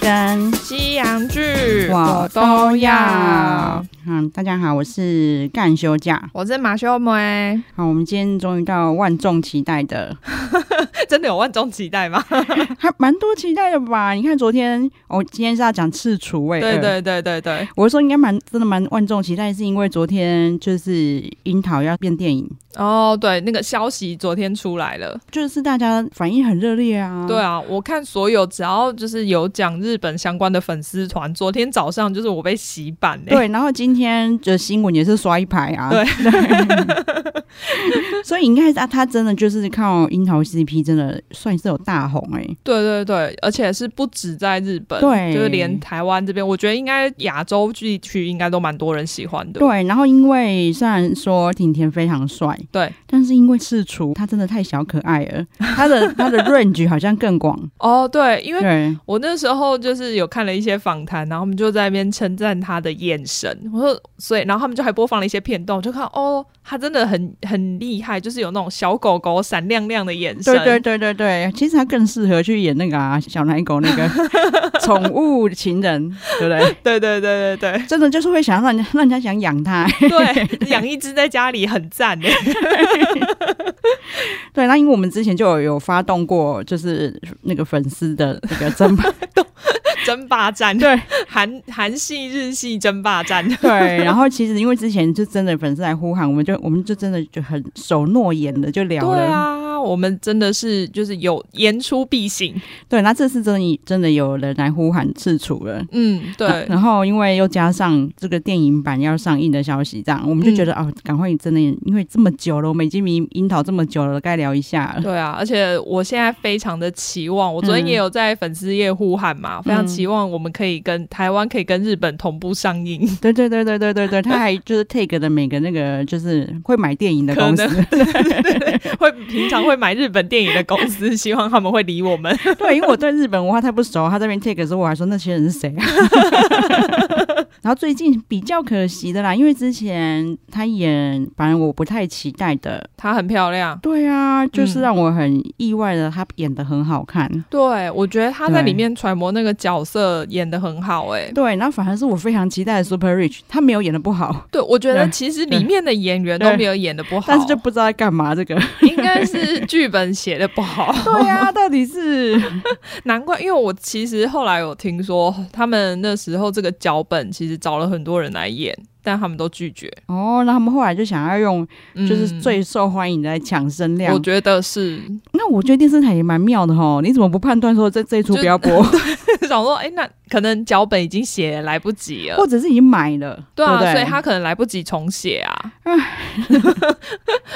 跟西洋剧我都要。。嗯，大家好，我是干休假。我是马修梅，好，我们今天终于到万众期待的， 真的有万众期待吗？还蛮多期待的吧？你看昨天，哦，今天是要讲赤楚卫，对。对对对对，我是说应该蛮真的蛮万众期待，是因为昨天就是樱桃要变电影，哦对，那个消息昨天出来了。就是大家反应很热烈啊。对啊，我看所有只要就是有讲日本相关的粉丝团，昨天早上就是我被洗版欸嘞、对，然后今天的新闻也是刷一排啊。对 所以应该是啊，他真的就是靠樱桃 CP 真的算是有大红哎、对对对，而且是不止在日本，对就是连台湾这边，我觉得应该亚洲地区应该都蛮多人喜欢的。对，然后因为虽然说挺田非常帅，对，但是因为赤楚他真的太小可爱了，他 的他的 range 好像更广。哦对，因为对，我那时候就是有看了一些访谈，然后他们就在那边称赞他的眼神。我说，所以然后他们就还播放了一些片段，我就看哦，他真的很很厉害，就是有那种小狗狗闪亮亮的眼神。对对对对对，其实他更适合去演那个啊小奶狗那 个宠物情人，对不对？对对对对真的就是会想让人家让人家想养他。 对对，养一只在家里很赞诶。对，那因为我们之前就有有发动过，就是那个粉丝的那个争霸， 争霸战，对韩韩系日系争霸战。对。然后其实因为之前就真的粉丝来呼喊，我们就我们就真的就很守诺言的就聊对了，啊，我们真的是就是有言出必行。对。那这次真的真的有人来呼喊赤楚了。嗯，那对。然后，因为又加上这个电影版要上映的消息，这样我们嗯就觉得、哦，赶快真的，因为这么久了，我们已经迷樱桃这么久了，该聊一下 了。对啊，而且我现在非常的期望，我昨天嗯也有在粉丝页呼喊嘛，非常期望我们可以跟台湾可以跟日本同步上映，对 对对对对对对，他还就是 take 的每个那个就是会买电影的可公司 能，会平常会买日本电影的公司，希望他们会理我们。 对，因为我对日本文化太不熟，他这边 take 的时候，我还说那些人是谁啊？ 然后最近比较可惜的啦，因为之前他演，反正我不太期待的。她很漂亮，对啊，就是嗯让我很意外的，他演的很好看。对我觉得她在对里面揣摩那个角色演的很好、欸，对，然后反而是我非常期待的 Super Rich，他没有演的不好，对我觉得对其实里面的演员都对没有演的不好， 但是就不知道在干嘛这个。应该是剧本写的不好。对 啊，到底是难怪，因为我其实后来有听说，他们那时候这个脚本其实找了很多人来演，但他们都拒绝，哦，那他们后来就想要用嗯就是。最受欢迎的来抢声量。我觉得是那我觉得电视台也蛮妙的吼，你怎么不判断说这这一出就不要 播？ 想说，哎、那可能脚本已经写来不及了或，者是已经买了，啊对啊，不对所以他可能来不及重写 啊。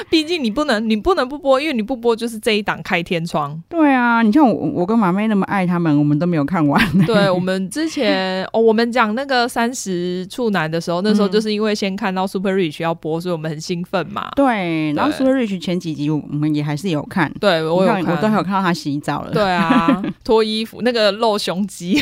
毕竟你不能，你不能不播，因为你不播就是这一档开天窗。 对啊，你看我我跟马妹那么爱他们，我们都没有看完。对我们之前哦，我们讲那个三十处男的时候，那时候就是因为先看到 Super Rich 要播，所以我们很兴奋嘛。对，然后对 Super Rich 前几集我们也还是有看，对，我你有看我都还有看到他洗澡了。对啊， 脱衣服那个露胸肌，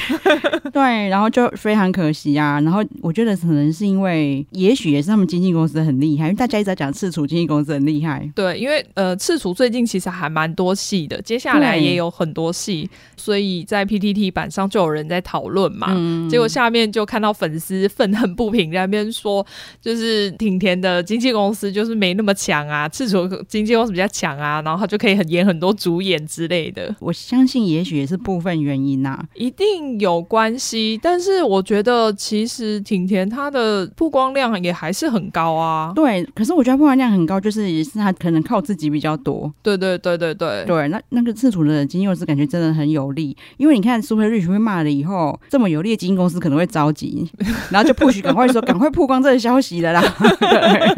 对，然后就非常可惜啊。然后我觉得可能是因为，也许也是他们经纪公司很厉害，因为大家一直在讲赤楚经纪公司很厉害。对，因为呃，赤楚最近其实还蛮多戏的，接下来对也有很多戏，所以在 PTT 版上就有人在讨论嘛。嗯结果下面就看到粉丝愤恨不平，在那边说，就是挺田的经纪公司就是没那么强啊，赤楚经纪公司比较强啊，然后他就可以很演很多主演之类的。我相信，也许也是部分原因呐、一定有关系，但是我觉得其实挺田他的曝光量也还是很高啊。对，可是我觉得曝光量很高，就是也是他可能靠自己比较多。对对对对对对，那那个赤楚的经纪公司感觉真的很有力，因为你看 Super Rich 被骂了以后，这么有力的经纪公司可能会着急，然后就 push 赶快说赶快曝光这个消息了啦。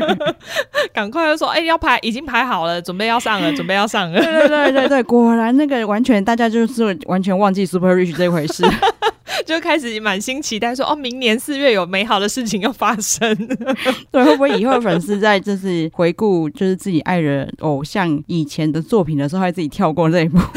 赶快就说，哎、要排，已经排好了，准备要上了， 准备要上了。 对对对对对，果然那个完全大家就是完全忘记 Super Rich 这回事。就开始满心期待说，哦，明年四月有美好的事情要发生。 对，会不会以后粉丝在就是回顾就是自己爱的偶 像以前的作品的时候，还自己跳过这一步、啊？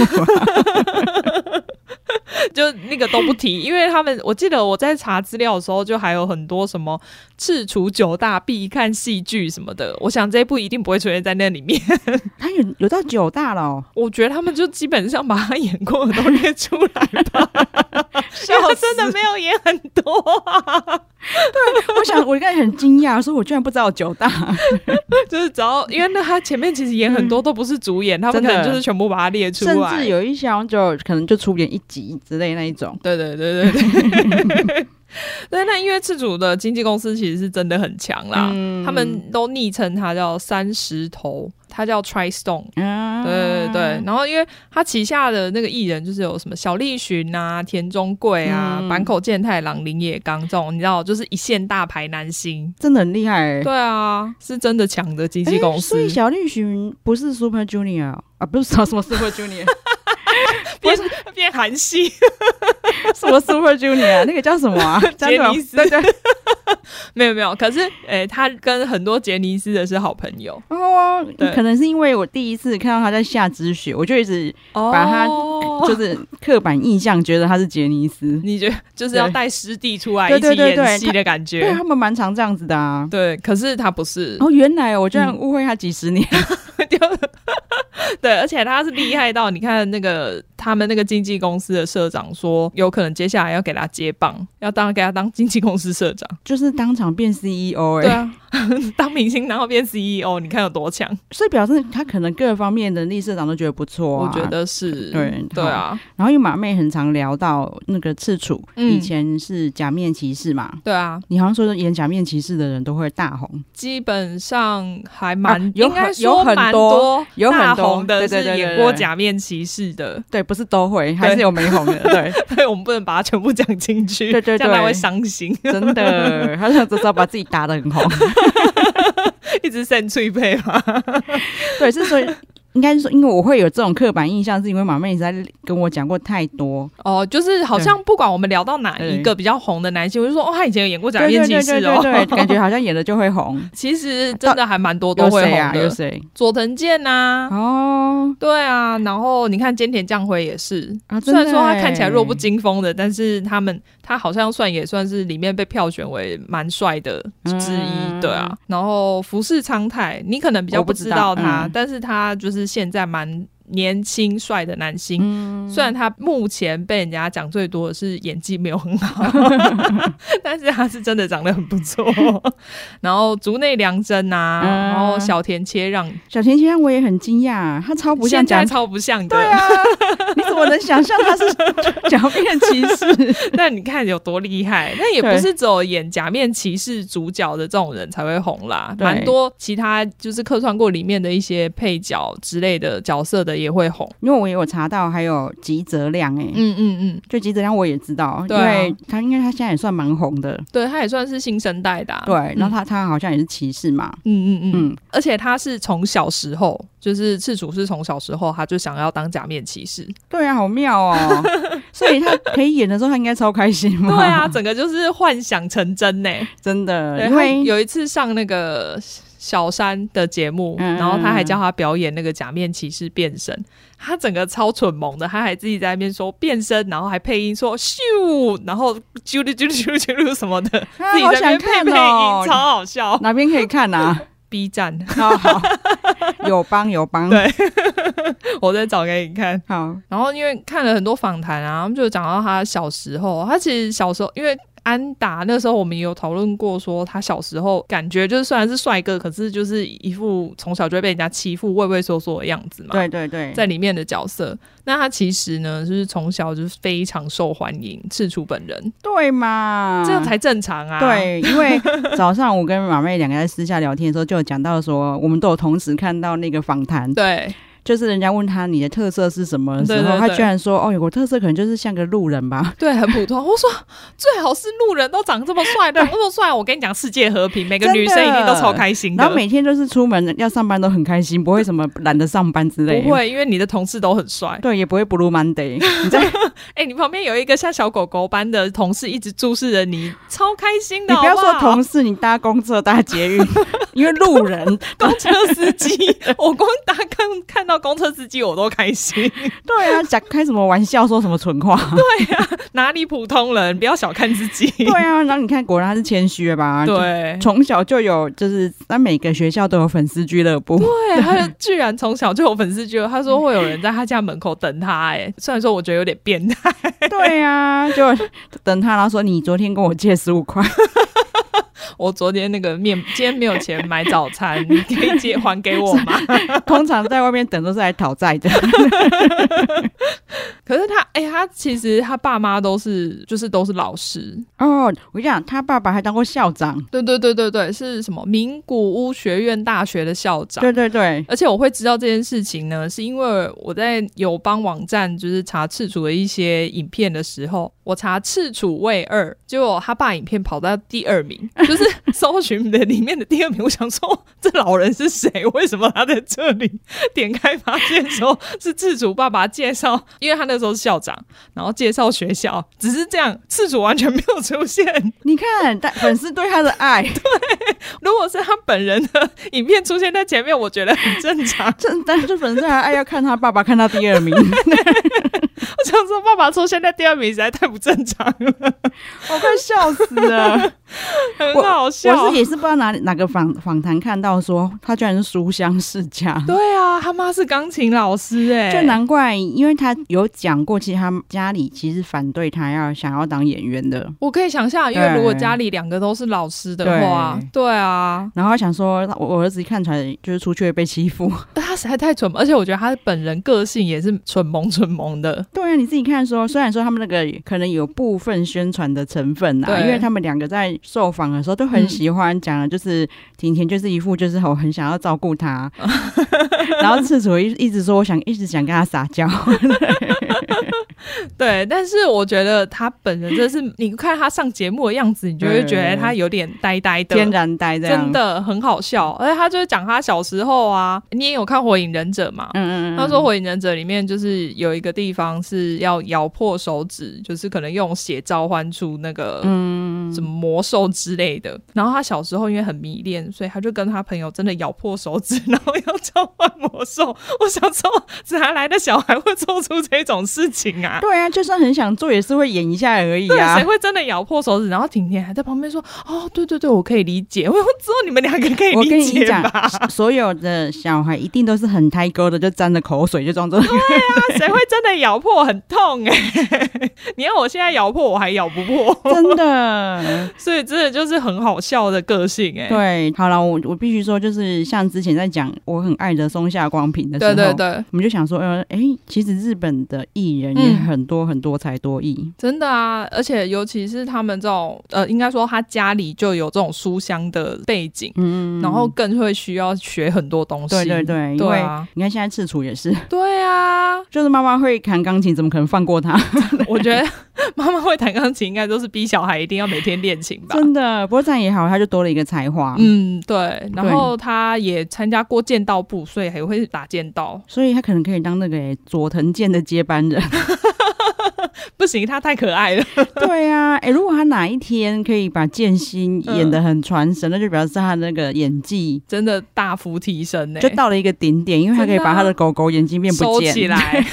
就那个都不提，因为他们我记得我在查资料的时候，就还有很多什么赤除九大必看戏剧什么的，我想这一部一定不会出现在那里面。 他有有到九大了、哦，我觉得他们就基本上把他演过的都列出来 吧，笑因为他死 真的没有演很多 啊，我想我刚才很惊讶，说我居然不知道九 大，就是只要因为那他前面其实演很多都不是主演，他们嗯真可的能就是全部把他列出甚来，至有一些好像就可能就出演一集之类那一种。对对对对对。 对，那因为赤主的经纪公司其实是真的很强啦，嗯他们都昵称他叫三十头，他叫 Try Stone。啊，对对对，然后因为他旗下的那个艺人就是有什么小栗旬啊、田中贵啊、嗯坂口健太郎、林野刚这种，你知道，就是一线大牌男星。真的很厉害、欸。对啊，是真的强的经纪公司哎所，以小栗旬不是 Super Junior 哦啊，不是什么 Super Junior，变变韩系，什么 Super Junior，那个叫什么 啊？杰张尼朵 斯对对。没有没有，可是诶、他跟很多杰尼斯的是好朋友，哦对，可能是因为我第一次看到他在下肢雪，我就一直把他 就是刻板印象，觉得他是杰尼斯。你觉得就是要对带师弟出来对一起对对演对戏的感觉？对他们蛮常这样子的啊。 对可是他不是， 哦，原来我居然误会他几十年。嗯就对，而且他是厉害到，你看那个他们那个经纪公司的社长说，有可能接下来要给他接棒，要当给他当经纪公司社长， 就是当场变 CEO 哎、对啊， 当明星然后变 CEO，你看有多强？所以表示他可能各方面能力社长都觉得不错、啊。我觉，得是，对对啊，然后因为马妹很常聊到那个赤楚，嗯以前是假面骑士嘛，对啊，你好像说演假面骑士的人都会大红，基本上还蛮、啊有应该很说有很蛮多多有很大多红的对对是对对演对过对假面骑士的，对，不是都会，还是有没红的， 对，对，我们不能把它全部讲进去，对对这样他对会伤心，真的，他想知道把自己打得很红，一直扇翠配嘛。 对，是所以。应该是说，因为我会有这种刻板印象，是因为马妹一直在跟我讲过太多，哦，就是好像不管我们聊到哪一个比较红的男星，我就说哦，他以前有演过假对面对骑对士对哦， 对，对感觉好像演了就会红。其实真的还蛮多 都有会红谁的，啊？有谁？佐藤健呐、哦对啊，然后你看菅田将晖也是。啊，虽真的然说他看起来弱不欸禁风的，但是他们他好像算也算是里面被票选为蛮帅的之一，嗯对啊。然后服饰昌太，你可能比较我不知知道道他，嗯但是他就是现在蛮年轻帅的男星，嗯虽然他目前被人家讲最多的是演技没有很 好，但是他是真的长得很不错。然后竹内良真啊，嗯然后小田切让，小甜甜，我也很惊讶，他超不像现假在面，超不像 的。对啊，你怎么能想象他是 假面骑士？ 那你看有多厉害？那也不对是只有演假面骑士主角的这种人才会红啦，对蛮多其他就是客串过里面的一些配角之类的角色的也会红。因为我也有查到，还有吉泽亮、欸，哎、嗯嗯嗯，就吉泽亮我也知道，对啊因为他应该他现在也算蛮红的，对，他也算是新生代的啊、对，然后嗯他、他好像也是骑士嘛，嗯嗯嗯嗯，而且他是从小时候，就是赤楚是从小时候他就想要当假面骑 士，对啊，好妙 哦，所以他可以演的时候，他应该超开心嘛，对啊，，整个就是幻想成真呢。真的，对，因他为有一次上那个小山的节目，嗯然后他还叫他表演那个假面骑士变身，他整个超蠢萌的，他还自己在那边说变身，然后还配音说咻，然后啾噜啾噜啾噜啾噜什么的，啊自己好在那边想配看配音，哦超好笑。哪边可以看啊？ B 站，好好，有帮有帮，对我再找给你看。好，然后因为看了很多访谈啊，他们就讲到他小时候，他其实小时候因为。安达那时候我们也有讨论过，说他小时候感觉就是虽然是帅哥，可是就是一副从小就会被人家欺负、畏畏缩缩的样子嘛。，对对对，在里面的角色，那他其实呢，就是从小就是非常受欢迎，赤楚本人，对嘛，这样才正常嗯啊。，对，因为早上我跟马妹两个在私下聊天的时候，就有讲到说，我们都有同时看到那个访谈，对，就是人家问他你的特色是什么的时候，对对对他居然说：“哦，有个特色可能就是像个路人吧。对，很普通。我说最好是路人都长这么帅，长这么帅，我跟你讲，世界和平，每个真的女生一定都超开”心的。然后每天就是出门要上班都很开心，不会什么懒得上班之类。不，会，因为你的同事都很帅。对，也不会 Blue Monday。你在，哎、你旁边有一个像小狗狗般的同事一直注视着你，超开心的你好不好，要说同事，你搭公 车搭捷运，因为路人公车司机，我光打看看到到公车司机我都开心。对啊，讲开什么玩笑，说什么蠢话？哪里普通人，不要小看自己。 对啊，然后你看，果然他是谦虚的吧？对就，从小就有，就是在每个学校都有粉丝俱乐部。对，他就居然从小就有粉丝觉得，他说会有人在他家门口等他、哎，虽然说我觉得有点变态， 对啊， 就等他，然后说你昨天跟我借十五块，我昨天那个面，今天没有钱买早餐，你可以借还 给我吗？通常在外面等都是来讨债的。可是他，哎、他其实他爸妈都是，就是都是老师，哦，我跟你讲，他爸爸还当过校长。对对对对对，是什么名古屋学院大学的校长。对对对，而且我会知道这件事情呢，是因为我在友邦网站就是查赤楚的一些影片的时候，我查赤楚卫二，结果他爸影片跑到第二名，就是 搜寻的里面的第二名。我想说，这老人是谁？为什么他在这里？点开发现说是赤楚爸爸介绍，因为他那时候是校长，然后介绍学校，只是这样，赤楚完全没有出现。你看，但粉丝对他的爱，如果是他本人的影片出现在前面，我觉得很正常。 这但是粉丝对他的爱要看他爸爸看到第二名。我想说，爸爸出现在第二名实在太不正常了，我快笑死了！很我好笑。我是也是不知道哪里哪个访访谈看到说他居然是书香世家，对啊，他妈是钢琴老师哎、就难怪，因为他有讲过，其实他家里其实反对他要想要当演员的，我可以想象，因为如果家里两个都是老师的话，对啊，然后他想说我我儿子一看起来就是出去会被欺 负，他实在太蠢，而且我觉得他本人个性也是蠢萌蠢萌的。对啊，你自己看说，虽然说他们那个可能有部分宣传的成分啊，对因为他们两个在受访的时候都很喜欢讲的，就是婷婷就是一副就是我很想要照顾 他，然后赤楚一一直说我想一直想跟他撒娇，对，但是我觉得他本人真是，你看他上节目的样子，你就会觉得他有点呆呆的，天然呆这样，嗯真的很好笑。而且他就是讲他小时候啊，你也有看《火影忍者》嘛？嗯，嗯嗯，他说《火影忍者》里面就是有一个地方是要咬破手指，就是可能用血召唤出那个嗯什么魔兽之类的。然后他小时候因为很迷恋，所以他就跟他朋友真的咬破手指， 然后要召唤魔兽。我想说，哪来的小孩会做出这种事情啊？对啊，就算很想做也是会演一下而已对，啊谁。会真的咬破手指？然后婷婷还在旁边说：“哦，对对对，我可以理解。”我说：“只有你们两个可以我跟你理解讲吧？，所有的小孩一定都是很胎沟的，就沾了口水就装 作。那谁会真的咬破？很痛哎、 你要我现在咬破，我还咬不破。 真的，所以真的就是很好笑的个性哎、对，好了，我我必须说，就是像之前在讲我很爱的松下光平的时候，对对，对，我们就想说，呃，哎、其实日本的艺人也很多很多才多艺，真的啊！而且尤其是他们这种呃，应该说他家里就有这种书香的背景，嗯，然后更会需要学很多东西。对对对，因对为啊，你看现在赤楚也是，对啊！就是妈妈会弹钢琴，怎么可能放 过他？我觉得妈妈会弹钢琴，应该都是逼小孩一定要每天练琴吧。 真的，不啊过这样也好，他就多了一个才华，嗯，对。然后他也参加过剑道部，所以也会打剑道。所以他可能可以当那个、诶佐藤健的接班 人。不行，他太可爱了。对呀、啊，哎、如果他哪一天可以把剑心演嗯得很传神，那就表示他那个演技真的大幅提升呢、就到了一个顶点，因为他可以把他的狗狗眼睛变不收见。起 来，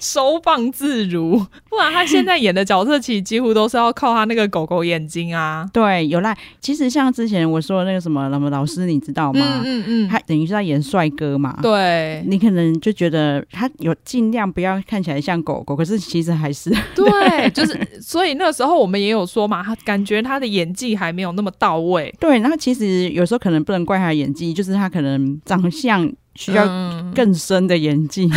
收放自如。不然他现在演的角色，其实几乎都是要靠他那个狗狗眼睛啊。对，有啦。其实像之前我说的那个什么什么老师，你知道吗？嗯嗯他等于是在演帅哥嘛。对你可能就觉得他有尽量不要看起来像狗狗，可是其实还是 对，就是所以那时候我们也有说嘛，他感觉他的演技还没有那么到位，对。然后其实有时候可能不能怪他的演技，就是他可能长相需要嗯更深的演技。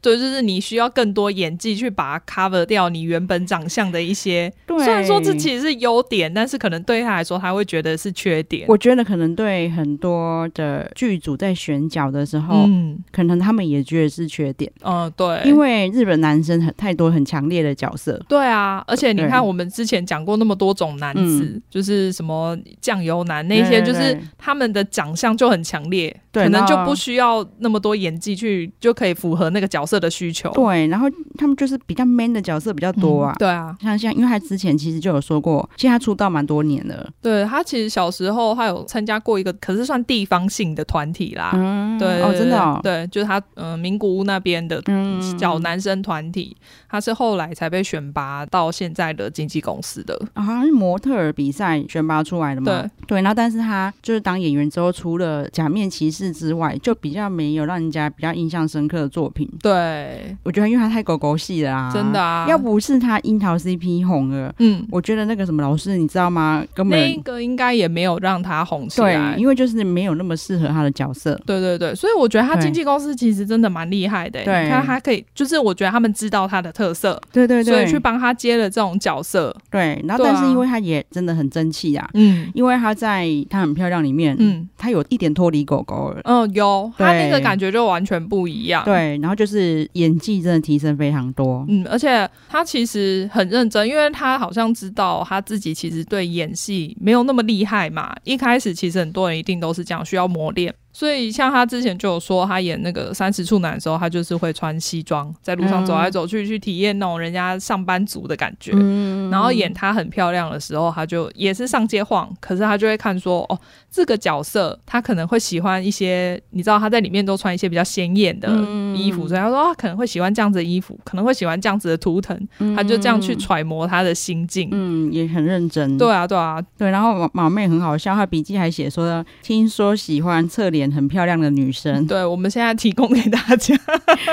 对，就是你需要更多演技去把它 cover 掉你原本长相的一些。对，虽然说这其实是优点，但是可能对他来说，他会觉得是缺点。我觉得可能对很多的剧组在选角的时候，嗯可能他们也觉得是缺点，嗯，对，因为日本男生很太多很强烈的角色。对啊，而且你对看，我们之前讲过那么多种男子，嗯就是什么酱油男那对些，对就是对他们的长相就很强烈，对可能就然后不需要那么多演技去就可以符合那个角色的需求。对，然后他们就是比较 man 的角色比较多啊。嗯对啊，像像，因为他之前其实就有说过，其实他出道蛮多年了，对啊他其实小时候他有参加过一个，可是算地方性的团体啦。嗯，对，哦，对真的、哦，对，就是他，嗯、名古屋那边的嗯，小男生团体，他是后来才被选拔到现在的经纪公司的。啊好像是模特儿比赛选拔出来的嘛，对对，然后但是他就是当演员之后，除了假面骑士之外，就比较没有让人家比较印象深刻的作品。对，我觉得因为他太狗狗戏了啊，真的啊要不是他樱桃 CP 红了，嗯，我觉得那个什么老师，你知道吗？根那本个应该也没有让他红起对，来。因为就是没有那么适合他的角色。对对对，所以我觉得他对经纪公司其实真的蛮厉害的、欸对你看他可以，就是我觉得他们知道他的特色，对对所对，以去啊帮他接了这种角色。对，然后对啊但是因为他也真的很争气啊，嗯因为他在《她很漂亮》里面，嗯，嗯他有一点脱离狗狗了。嗯，有他对那个感觉就完全不一样。。对，然后就是演技真的提升非常多。嗯，而且他其实很认真，因为他好像知道他自己其实对演戏没有那么厉害嘛。一开始其实很多人一定都是这样，需要磨练。所以像他之前就有说，他演那个《三十处男》的时候，他就是会穿西装，在路上走来走去，去体验那种人家上班族的感觉。嗯然后演她很漂亮的时候，她就也是上街晃，可是她就会看说，哦，这个角色她可能会喜欢一些，你知道她在里面都穿一些比较鲜艳的嗯衣服，所以她说她哦可能会喜欢这样子的衣服，可能会喜欢这样子的图腾，她就这样去揣摩她的心境。嗯，也很认真。对啊，对啊，对，然后马马妹很好笑，她笔记还写说，听说喜欢侧脸很漂亮的女生。对，我们现在提供给大家，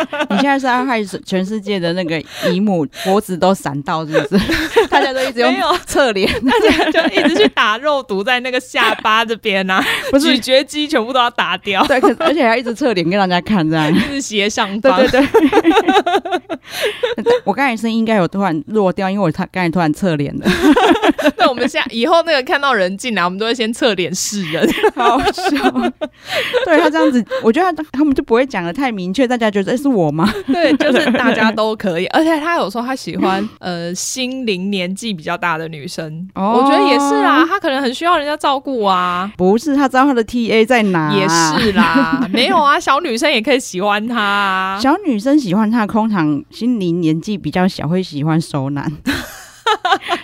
你现在是要害全世界的那个姨母脖子 都闪到，是不是？大家都一直用没有侧 脸，大家就一直去打肉毒在那个下巴这边啊， 不是咀嚼肌全部都要打掉， 对，可而且还一直侧脸跟大家看这样。就是斜上对方。对对， 我刚才声音应该有突然弱掉，因为我他刚才突然侧脸了， 那我们现在以后那个看到人进来，我们都会先侧脸示人。 好好笑。 对他这样子，我觉得他他们就不会讲的太明确，大家觉得哎、诶是我 吗？ 对，就是大家都可以，而且他有说他喜欢呃心灵年纪比较大的女生，哦我觉得也是啊，他可能很需要人家照顾啊，不是，他知道他的 TA 在哪，也。是 啦，没有啊，小女生也可以喜欢他、啊。小女生喜欢他，通常心灵年纪比较小，会喜欢熟 男。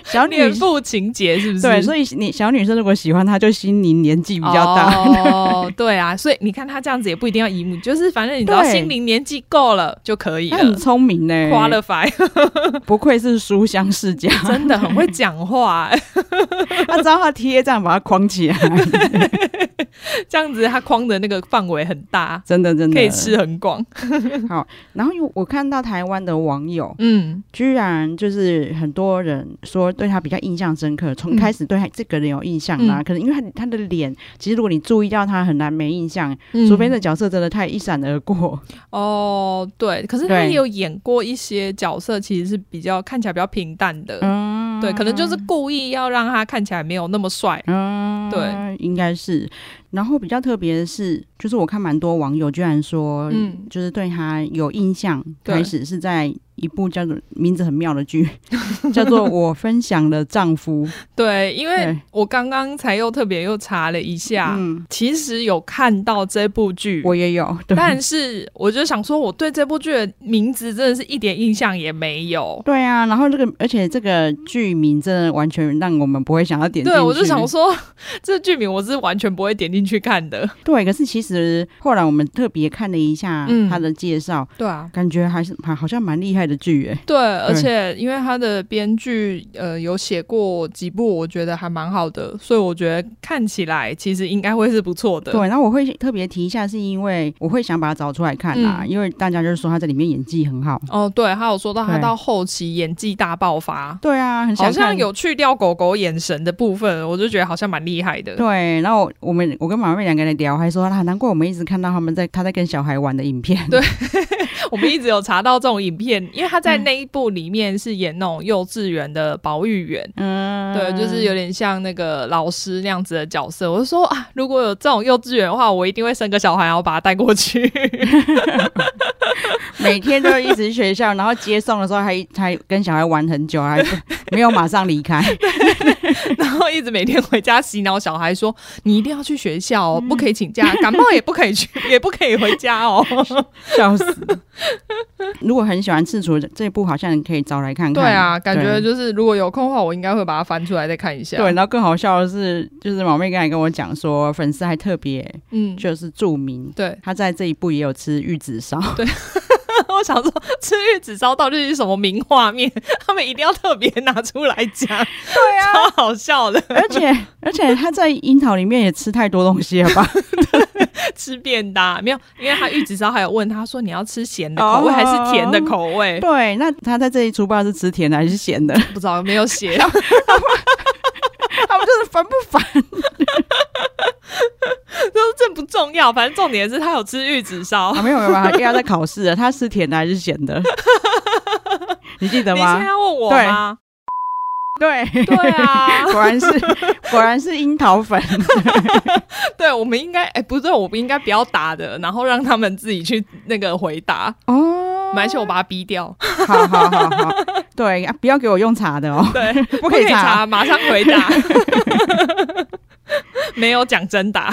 小女恋父情节是不是？对，所以你小女生如果喜欢他，就心灵年纪比较大。哦，对啊，所以你看他这样子也不一定要姨母，就是反正你知道对心灵年纪够了就可以他很了。聪明呢、夸了白， 不愧是书香世家，真的很会讲话、他知道他 TA 这样把他框起来， 这样子他框的那个范围很大，真的真的可以吃很广。然后因为我看到台湾的网友，嗯，居然就是很多人说对他比较印象深刻，从开始对他这个人有印象啦、嗯可能因为他他的脸，其实如果你注意到他，很难没印象，嗯除非那角色真的太一闪而过。哦，对，可是他对也有演过一些角色，其实是比较看起来比较平淡的，嗯，对，可能就是故意要让他看起来没有那么帅。嗯，对，应该是。然后比较特别的是，就是我看蛮多网友居然说，嗯就是对他有印象，对开始是在一部叫做名字很妙的剧， 叫做《我分享了丈 夫》。对，因为对我刚刚才又特别又查了一下，嗯，其实有看到这部剧。我也有，对，但是我就想说，我对这部剧的名字真的是一点印象也没有。对啊。然后这个，而且这个剧名真的完全让我们不会想要点进去。对，我就想说， 这剧名我是完全不会点进去看的。对，可是其实后来我们特别看了一下嗯他的介绍，对啊，感觉还是还好像蛮厉害的剧诶。对，而且因为他的编剧呃有写过几部，我觉得还蛮好的，所以我觉得看起来其实应该会是不错的。对，然后我会特别提一下，是因为我会想把它找出来看啦、嗯因为大家就是说他在里面演技很好。哦，对，他有说到他对到后期演技大爆发，对啊，很想好像看有去掉狗狗眼神的部分，我就觉得好像蛮厉害的。对，然后我们我跟马妹两个人聊，还说啊，难怪我们一直看到他们在他在跟小孩玩的影片。对我们一直有查到这种影片，因为他在那一部里面是演那种幼稚园的保育员，嗯，对，就是有点像那个老师那样子的角色。我就说啊，如果有这种幼稚园的话，我一定会生个小孩，然后把他带过去。 每天都一直学校，然后接送的时候还还跟小孩玩很久，还没有马上离 开。然后一直每天回家洗脑小孩说：“你一定要去学校哦，不可以请 假，感冒也不可以去，也不可以回家哦。笑死！如果很喜欢赤楚这一部，好像你可以找来看”看。 对啊，感觉就是如果有空的话，我应该会把它翻出来再看一下。对。对，然后更好笑的是，就是毛妹刚才跟我讲说，粉丝还特别嗯，就是注明，对。她在这一部也有吃玉子烧。 我想说，吃玉子烧到底是什么名画面？ 他们一定要特别拿出来讲，对啊， 超好笑的。而且而且他在樱桃里面也吃太多东西了吧？吃便当没有，因为他玉子烧还有问他说你要吃咸的口味哦还是甜的口味，对，那他在这一出不知道是吃甜的还是咸 的， 不知道有没有 写。他们就是烦不烦？就是这不重要，反正重点是他有吃玉子烧。啊，没有没有，因为他在考试了，他吃甜的还是咸 的？你记得你现在吗？要问我吗？对，对啊，果然是 果然是樱桃粉。 对，我们应该哎、不对，我们应该不要答的，然后让他们自己去那个回答。哦，而且我把他逼掉，好好好好，对，啊不要给我用茶 的哦。对，不不可以以查查，马上回 答。没有讲真答，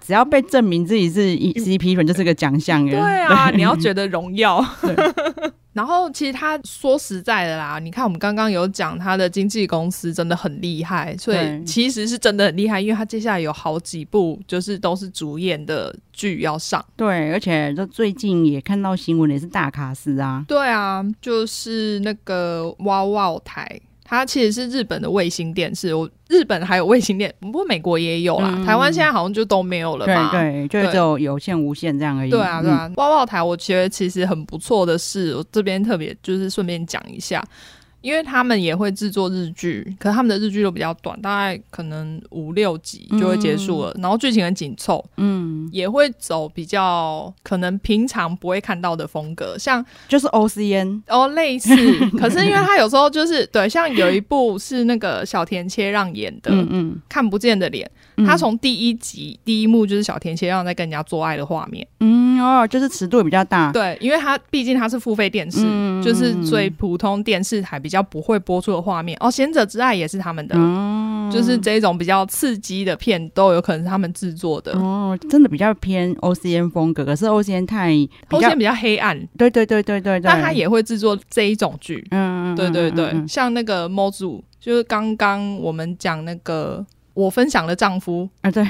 只要被证明自己是 E CP 粉，就是个奖项耶。对啊，你要觉得荣耀。 然后其实他说实在的啦，你看我们刚刚有讲他的经纪公司真的很厉害，所对以其实是真的很厉害，因为他接下来有好几部就是都是主演的剧要上。对，而且就最近也看到新闻，也是大卡司啊。对啊，就是那个哇哇台，它其实是日本的卫星电视。我日本还有卫星电，不过美国也有啦，嗯台湾现在好像就都没有了对嘛。对，就对只有有线、无线这样而已。对啊，嗯对。啊，哇哇台，我觉得其实很不错的是，我这边特别就是顺便讲一下，因为他们也会制作日剧，可是他们的日剧都比较短，大概可能五六集就会结束了，然后剧情很紧凑，嗯，也会走比较可能平常不会看到的风格，像就是 O C N，哦，类似，可是因为他有时候就是对，像有一部是那个小田切让演的《嗯嗯看不见的脸》，嗯，他从第一集第一幕就是小田切让在跟人家做爱的画面。嗯哦，就是尺度比较大。对，因为他毕竟他是付费电视，嗯就是最普通电视台比较不会播出的画面。哦，《贤者之爱》也是他们的，嗯就是这种比较刺激的片都有可能是他们制作的，哦，真的比较偏 O C N 风格，可是 O C N 太比后较线，比较黑暗，对对对对对对。但他也会制作这一种剧。嗯，嗯，嗯对对对，嗯嗯像那个 m o z u 就是刚刚我们讲那个我分享的丈夫， 啊对，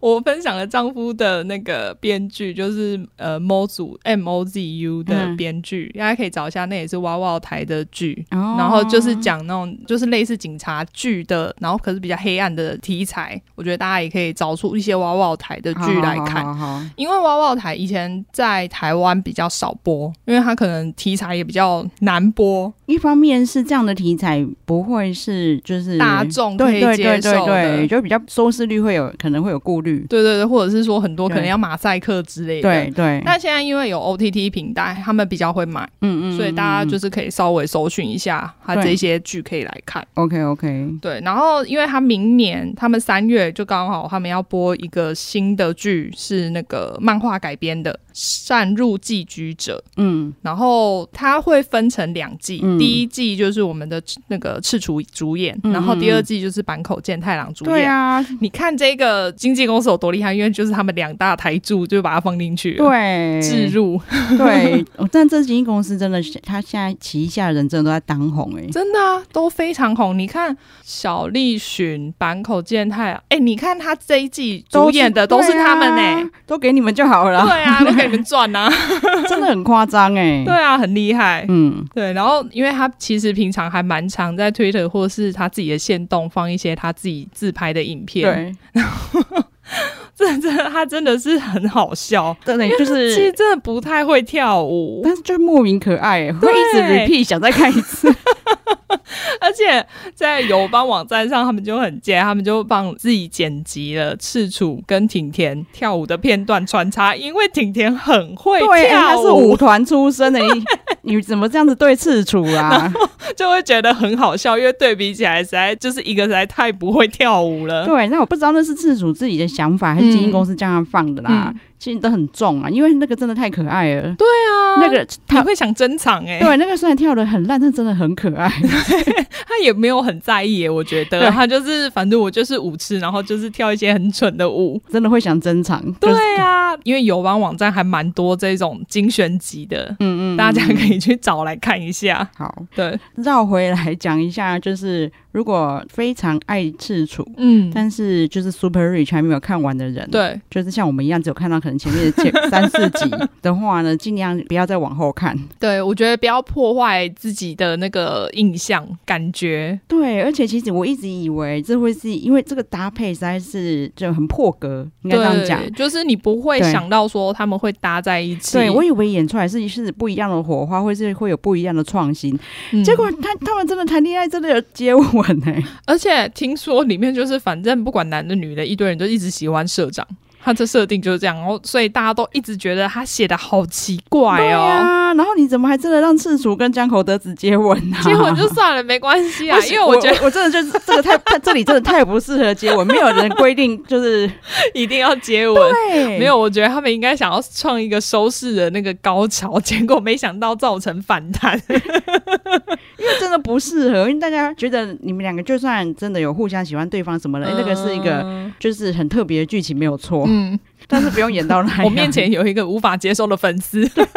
我分享的丈夫的那个编剧就是呃 m o z u M O Z U 的嗯编剧，大家可以找一下，那也是哇哇台的剧。然然后就是讲那种就是类似警察剧的，然后可是比较黑暗的题材，我觉得大家也可以找出一些哇哇台的剧来看。好好好好因为哇哇台以前在台湾比较少播，因为它可能题材也比较难播，一方面是这样的题材不会是就是大众可对以对接对受对的。对，就比较收视率会有可能会有顾虑。对对对，或者是说很多对可能要马赛克之类的。对，对，但现在因为有 OTT 平台，他们比较会买，嗯嗯，所以大家就是可以稍微搜寻一下它对这些剧可以来看。 OK OK，对，然后因为他明年他们三月就刚好他们要播一个新的剧，是那个漫画改编的《擅入寄居者》。嗯然后它会分成两季，嗯第一季就是我们的那个赤楚主演，嗯然后第嗯二嗯季就是坂口健太郎主演。对啊， 你看这个经纪公司有多厉害，因为就是他们两大台柱就把它放进去了，对，置入，对，哦但这经纪公司真的是，他现在旗下人真的都在当红哎、真的啊，都非常红。你看小栗旬、坂口健太，哎、你看他这一季主演的都是他们呢、欸对啊都给你们就好了，对啊， 都给你们赚啊！真的很夸张哎。对，啊，很厉害。嗯，对，然后因为他其实平常还蛮常在 Twitter 或是他自己的线动放一些他自己自拍的影片，，对，这 真的他真的是很好笑，真的就其实是，真的不太会跳舞，但是就莫名可爱、欸，会对一直 repeat 想再看一次。 而且在友邦网站上他们就很贱，他们就帮自己剪辑了赤楚跟挺田哎跳舞的片段穿插，因为挺田很会跳舞， 对，他是舞团出身的，你你怎么这样子对赤楚啊？就会觉得很好笑，因为对比起来，实在就是一个实在太不会跳舞了。对，那我不知道那是赤楚自己的想法，还是经纪公司叫他放的啦。嗯其实都很重啊，因为那个真的太可爱了。对啊，那个你他会想珍藏哎、对那个虽然跳的很烂，但真的很可爱。他也没有很在意耶，我觉得对他就是反正我就是舞痴，然后就是跳一些很蠢的舞。真的会想珍藏。就是，对啊，因为游玩网站还蛮多这种精选集的，嗯嗯，大家嗯可以去找来看一下。好对，绕回来讲一下，就是如果非常爱赤楚。嗯，但是就是 Super Rich 还没有看完的人，，对，就是像我们一样只有看到可能前面的 前三四集的话呢，尽量不要再往后看。对，我觉得不要破坏自己的那个印象感觉。对，而且其实我一直以为这会是因为这个搭配实在是就很破格，应该这样讲对，。就是你不会对想到说他们会搭在一起。对，我以为演出来是是不一样的火花，或是会有不一样的创新。嗯结果他他们真的谈恋爱，真的有接吻哎、而且听说里面就是反正不管男的女的，一堆人就一直喜欢社长，他这设定就是这样，然后所以大家都一直觉得他写的好奇怪对哦。啊，然后你怎么还真的让赤楚跟江口德子接吻啊？结婚就算了，没关系 啊不，因行为我我觉得我真的就是这个太太这里真的太不适合接吻，没有人规定 就是一定要接吻。对没有，我觉得他们应该想要创一个收视的那个高潮，结果没想到造成反弹。因为真的不适合，因为大家觉得你们两个就算真的有互相喜欢对方什么的，哎那个是一个就是很特别的剧情没有错，嗯，但是不用演到那样。 我面，前有一个无法接受的粉 丝。因为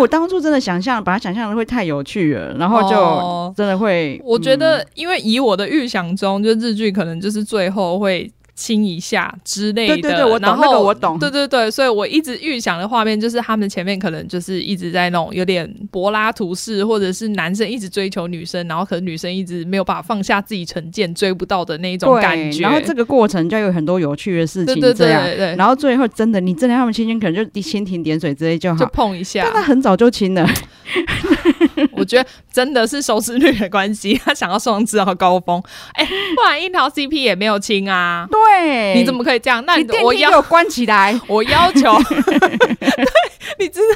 我当初真的想象把它想象的会太有趣了，然后哦就真的会，我觉嗯得，因为以我的预想中，就日剧可能就是最后会亲一下之类的。对对对，我然懂后那个我懂，对对对，所以我一直预想的画面就是他们前面可能就是一直在那种有点柏拉图式，或者是男生一直追求女生，然后可能女生一直没有办法放下自己成见，追不到的那一种对感觉。然后这个过程就有很多有趣的事对情，对对这样。对对，然后最后真的，你真的他们亲亲，可能就蜻蜓点水之类就好。就碰一下但。他很早就亲了，我觉得真的是收视率的关系，他想要上至到高峰。哎、不然樱桃 CP 也没有亲啊。 对你怎？么可以这样？那你电我梯要给我关起 来，我要求， 对，你知道，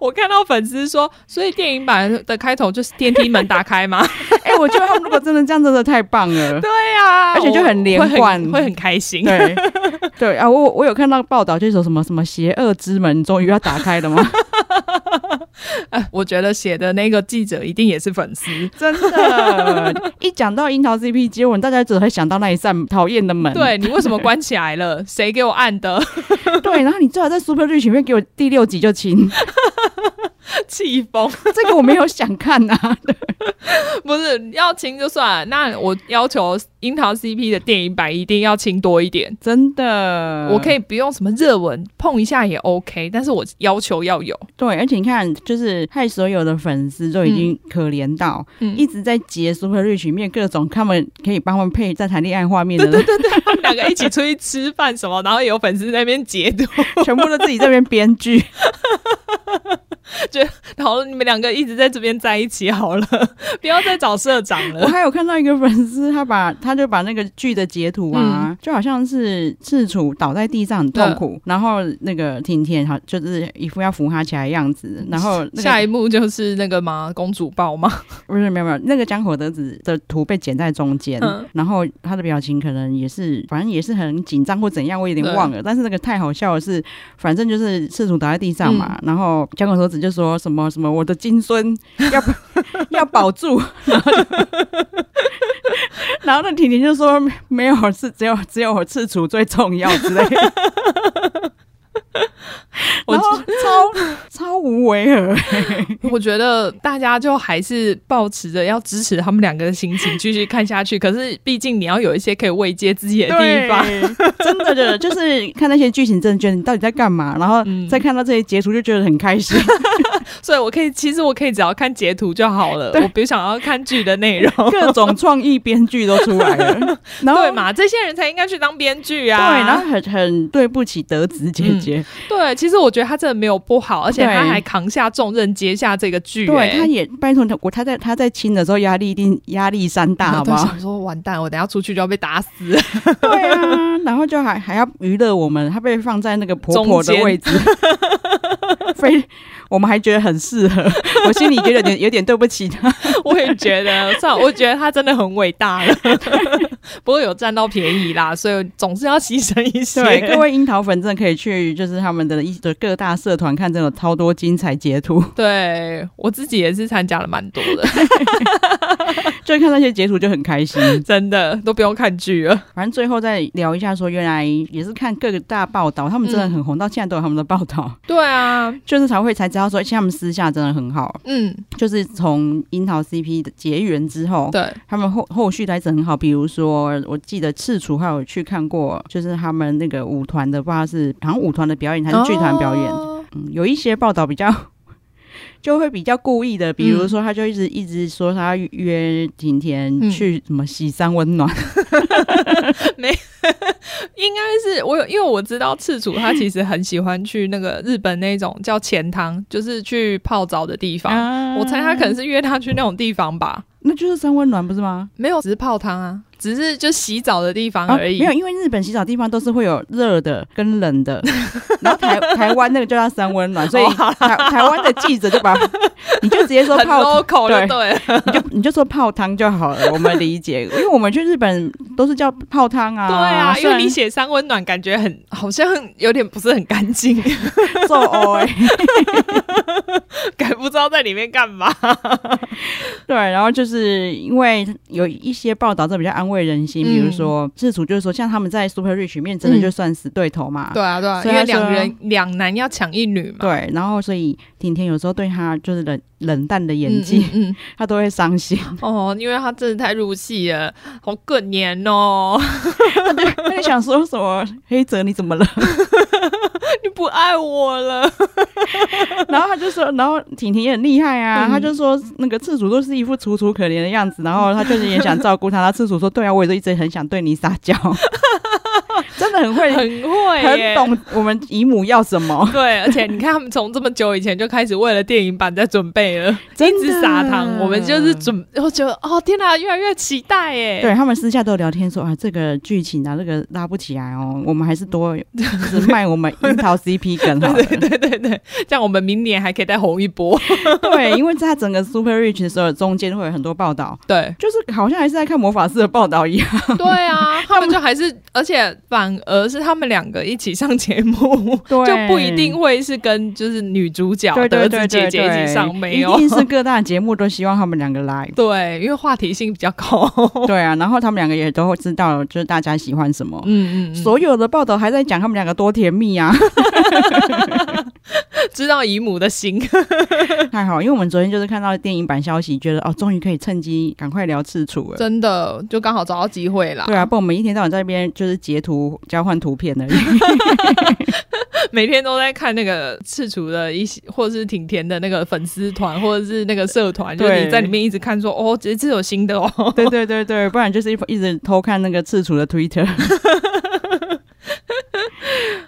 我看到粉丝说，所以电影版的开头就是电梯门打开吗？ 哎、我觉得他们如果真的这样，真的太棒了。对呀、啊，而且就很连贯我会很会很开心。对 对啊，我我有看到报道，就是说什么什么邪恶之门终于要打开了吗？ 哎我觉得写的那个记者一定也是粉丝，真的，一讲到樱桃 CP 接吻，大家只会想到那一扇讨厌的门。对你为什么关起来了？谁给我按的？ 对，然后你最好在 Super 绿前面给我第六集就 亲，气疯！这个我没有想看啊呐、不是要亲就算了，那我要求樱桃 CP 的电影版一定要亲多一点。真的，我可以不用什么热吻，碰一下也 OK，但是我要求要有。对，而且你看，就是害所有的粉丝都已经可怜到、嗯一直在截 Super Rich 里面各种他们可以帮他们配在谈恋爱画面的，他们两个一起出去吃饭什么，然后有粉丝在那边截图， 全部都自己这边编剧。 然后你们两个一直在这边在一起好了， 不要再找社长我了。还有看到一个粉丝，他把他就把那个剧的截图啊，就好像是赤楚倒在地上很痛苦，然后那个挺田好就是一副要扶他起来的样子，然后、 那个、下一幕就是那个吗？公主 抱吗？不是没有没有，那个江口德子的图被剪在中间，嗯然后他的表情可能也是，反正也是很紧张或怎样，我有点忘了。但是那个太好笑的是，反正就是赤楚倒在地上嘛，然后江口德子就说什么什么我的金孙 要要保住， 然后就然后那婷婷就说没有，是只有只有我赤楚最重要之类的。我然后超超无违和，我觉得大家就还是保持着要支持他们两个的心情继续看下去。可是毕竟你要有一些可以慰藉自己的地方。对，真的的，就是看那些剧情，真的觉得你到底在干嘛，然后嗯再看到这些截图就觉得很开 心。所以我可以，其实我可以只要看截图就好了，我不想要看剧的内容。各种创意编剧都出来 了， 然后对？嘛，这些人才应该去当编剧对，啊。嗯然后很很对不起德子姐姐，对，其实我觉得他真的没有不好，而且他对还扛下重任接下这个剧、对，哎她也拜托我，她在她在亲的时候压力一定压力山 大，好不我都好？想说完蛋，我等一下出去就要被打死。 对啊，然后就还还要娱乐我们，她被放在那个婆婆的中间位置， 非我们还觉得很适合，我心里觉得有点有点对不起他。我也觉得，算，我觉得他真的很伟大了， 不过有占到便宜啦，所以总是要牺牲 一些。对，各位樱桃粉真的可以去，就是他们的一的各大社团看，真的有超多精彩截图， 对我自己也是参加了蛮多的，就看那些截图就很开心。真的都不用看剧了。反正最后再聊一下，说原来也是看各个大报道，他们真的很红，到现在都有他们的报道， 对啊，就是才会才知道说，其实他们私下真的很好，嗯，就是从樱桃 CP 的结缘之后，对，他们后后续的一直很好，比如说我记得赤楚还有去看过，就是他们那个舞团的，不知道是好像舞团的表演还是剧团表演，哦嗯，有一些报道比较 就会比较故意的，比如说他就一直、一直说他约景嗯甜去什么喜山温暖， 应该是我有，因为我知道赤楚他其实很喜欢去那个日本那种叫钱汤，就是去泡澡的地方。我猜他可能是约他去那种地方吧，那就是山温暖不是吗？没有，只是泡汤啊，只是就洗澡的地方啊，嗯而没已。有，因为日本洗澡地方都是会有热的跟冷 的，然后台台湾那个就叫三温暖，哦所以台台湾的记者就把 你就直接说很泡 local 对就对了，你就你就说泡汤就好了，我们理解，因为我们去日本都是叫泡汤啊， 对啊，因虽为然你写三温暖，感觉很好像有点不是很干净， 做欧哎，感不知道在里面干嘛。对，然后就是因为有一些报道这比较安慰人心，嗯比如说制主就是说，像他们在 Super Rich 里面真的就算死对头嘛，对啊，对啊，所以因他为两说人两男要抢一女嘛，对，然后所以顶天有时候对他就是冷冷淡的演嗯技，嗯嗯 他都会伤心。 哦，因为他真的太入戏了，好可怜哦。 他就想说什么黑泽你怎么了？ 你不爱我了，然后他就说，然后婷婷也很厉害啊，嗯他就说那个次主都是一副楚楚可怜的样子，然后他就是也想照顾他。他次主说，对啊，我也是一直很想对你撒娇， 真的很会，很会很耶。懂我们姨母要什么， 对，而且你看，他们从这么久以前就开始为了电影版在准备 了，真一的直撒糖。我们就是。准，我觉得哦，天哪，越来越期待耶。对他们私下都有聊天说啊，这个剧情啊，这个拉不起来哦，我们还是 多就是卖我们樱桃 CP 梗好了。对对对对，这样我们明年还可以再红一波。 对，因为在整个 Super Rich 的时候，中间会有很多报道，对就是好像还是在看魔法师的报道一样。对啊，他们就还是，而且反而是他们两个一起上节 目，对 就不一定会是跟就是女主角对对的子对姐对姐一对，起上，没有。一。定是各大节目都希望他们两个来 对，因为话题性比较高。对啊，然后他们两个也都知道，就是大家喜欢什么。嗯嗯嗯，所有的报道还在讲他们两个多甜蜜啊， 知道姨母的心。太好！因为我们昨天就是看到电影版消息，觉得哦，终于可以趁机赶快聊赤楚了。真的就刚好找到机会啦。对啊，不，我们一天到晚在那边就是截图交换图片而已。 每天都在看那个赤楚的一些，或者是挺甜的那个粉丝团，或者是那个社团，就是对你在里面一直看说哦，这这有新的哦。对对对对，不然就是一一直偷看那个赤楚的 Twitter。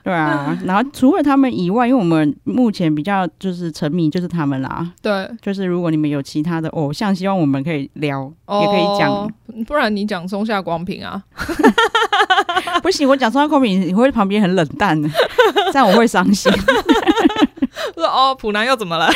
对啊，然后除了他们以外，因为我们目前比较就是沉迷就是他们啦， 对，就是如果你们有其他的偶像，希望我们可以聊，哦也可以讲。不然你讲松下光平啊，不行，我讲双口敏，你会旁边很冷淡 的，这样我会伤心。说哦，普南又怎么 了？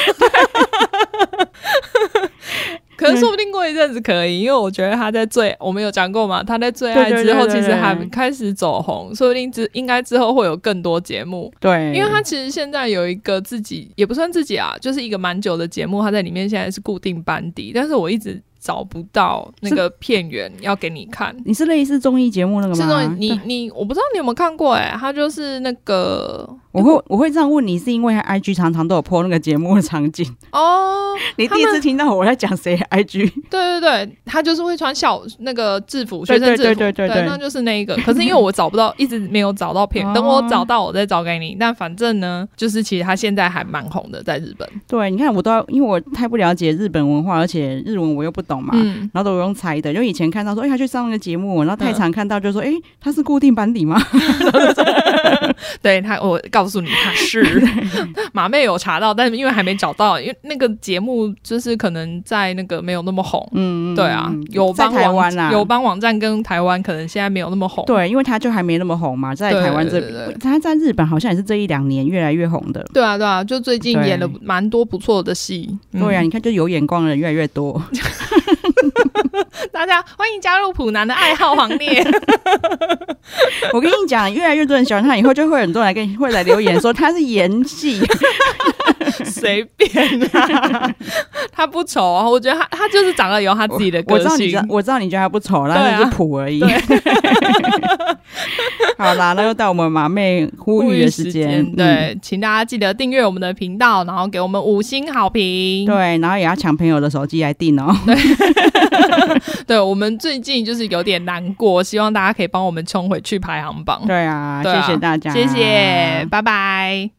可是说不定过一阵子可以，因为我觉得他在最我们有讲过嘛，他在最爱之后对对对对其实还对开始走红，说不定之应该之后会有更多节目。对，因为他其实现在有一个自己也不算自己啊，就是一个蛮久的节目，他在里面现在是固定班底，但是我一直找不到那个片源要给你看。你是类似综艺节目那个这吗？种你对你我不知道你有没有看过哎、他就是那个我会我会这样问你，是因为他 IG 常常都有 po 那个节目的场景。哦，你他第一次听到我在讲谁的 IG，对对对，他就是会穿校那个制服，学对生制服，对对对对对那就是那 一个。可是因为我找不到，一直没有找到片，哦等我找到我再找给你。但反正呢，就是其实他现在还蛮红的，在日本。 对，你看我都要，因为我太不了解日本文化，而且日文我又不懂嘛。嗯，然后都有用猜的，就以前看到说，哎、嗯他去上那个节目，然后太常看到就说，哎、他是固定班底吗？对他，我告诉你，他 是马妹有查到，但是因为还没找到，因为那个节目就是可能在那个没有那么红， 嗯，嗯对啊嗯，友在邦台湾网啦，友邦网站跟台湾可能现在没有那么红，对，因为他就还没那么红嘛，在对台湾这对对对他在日本好像也是这一两年越来越红的。对啊对啊，就最近对演了蛮多不错的戏，嗯对啊，你看，就有眼光的人越来越多。 大家欢迎加入普男的爱好行 列，我跟你讲，越来越多人喜欢他，以后就会很多人来跟你会来留言说他是演 戏。随便 啦，他不丑啊，我觉得他他就是长得有他自己的我个知道你性觉得，，我知道你觉得他不丑，对但啊是就是普而 已。好啦，那又到我们马妹呼吁的时间，嗯对，请大家记得订阅我们的频道，然后给我们五星好评。对，然后也要抢朋友的手机来订 哦。 对我们最近就是有点难过，希望大家可以帮我们冲回去排行榜。对啊，对啊谢谢大家，谢谢，拜拜。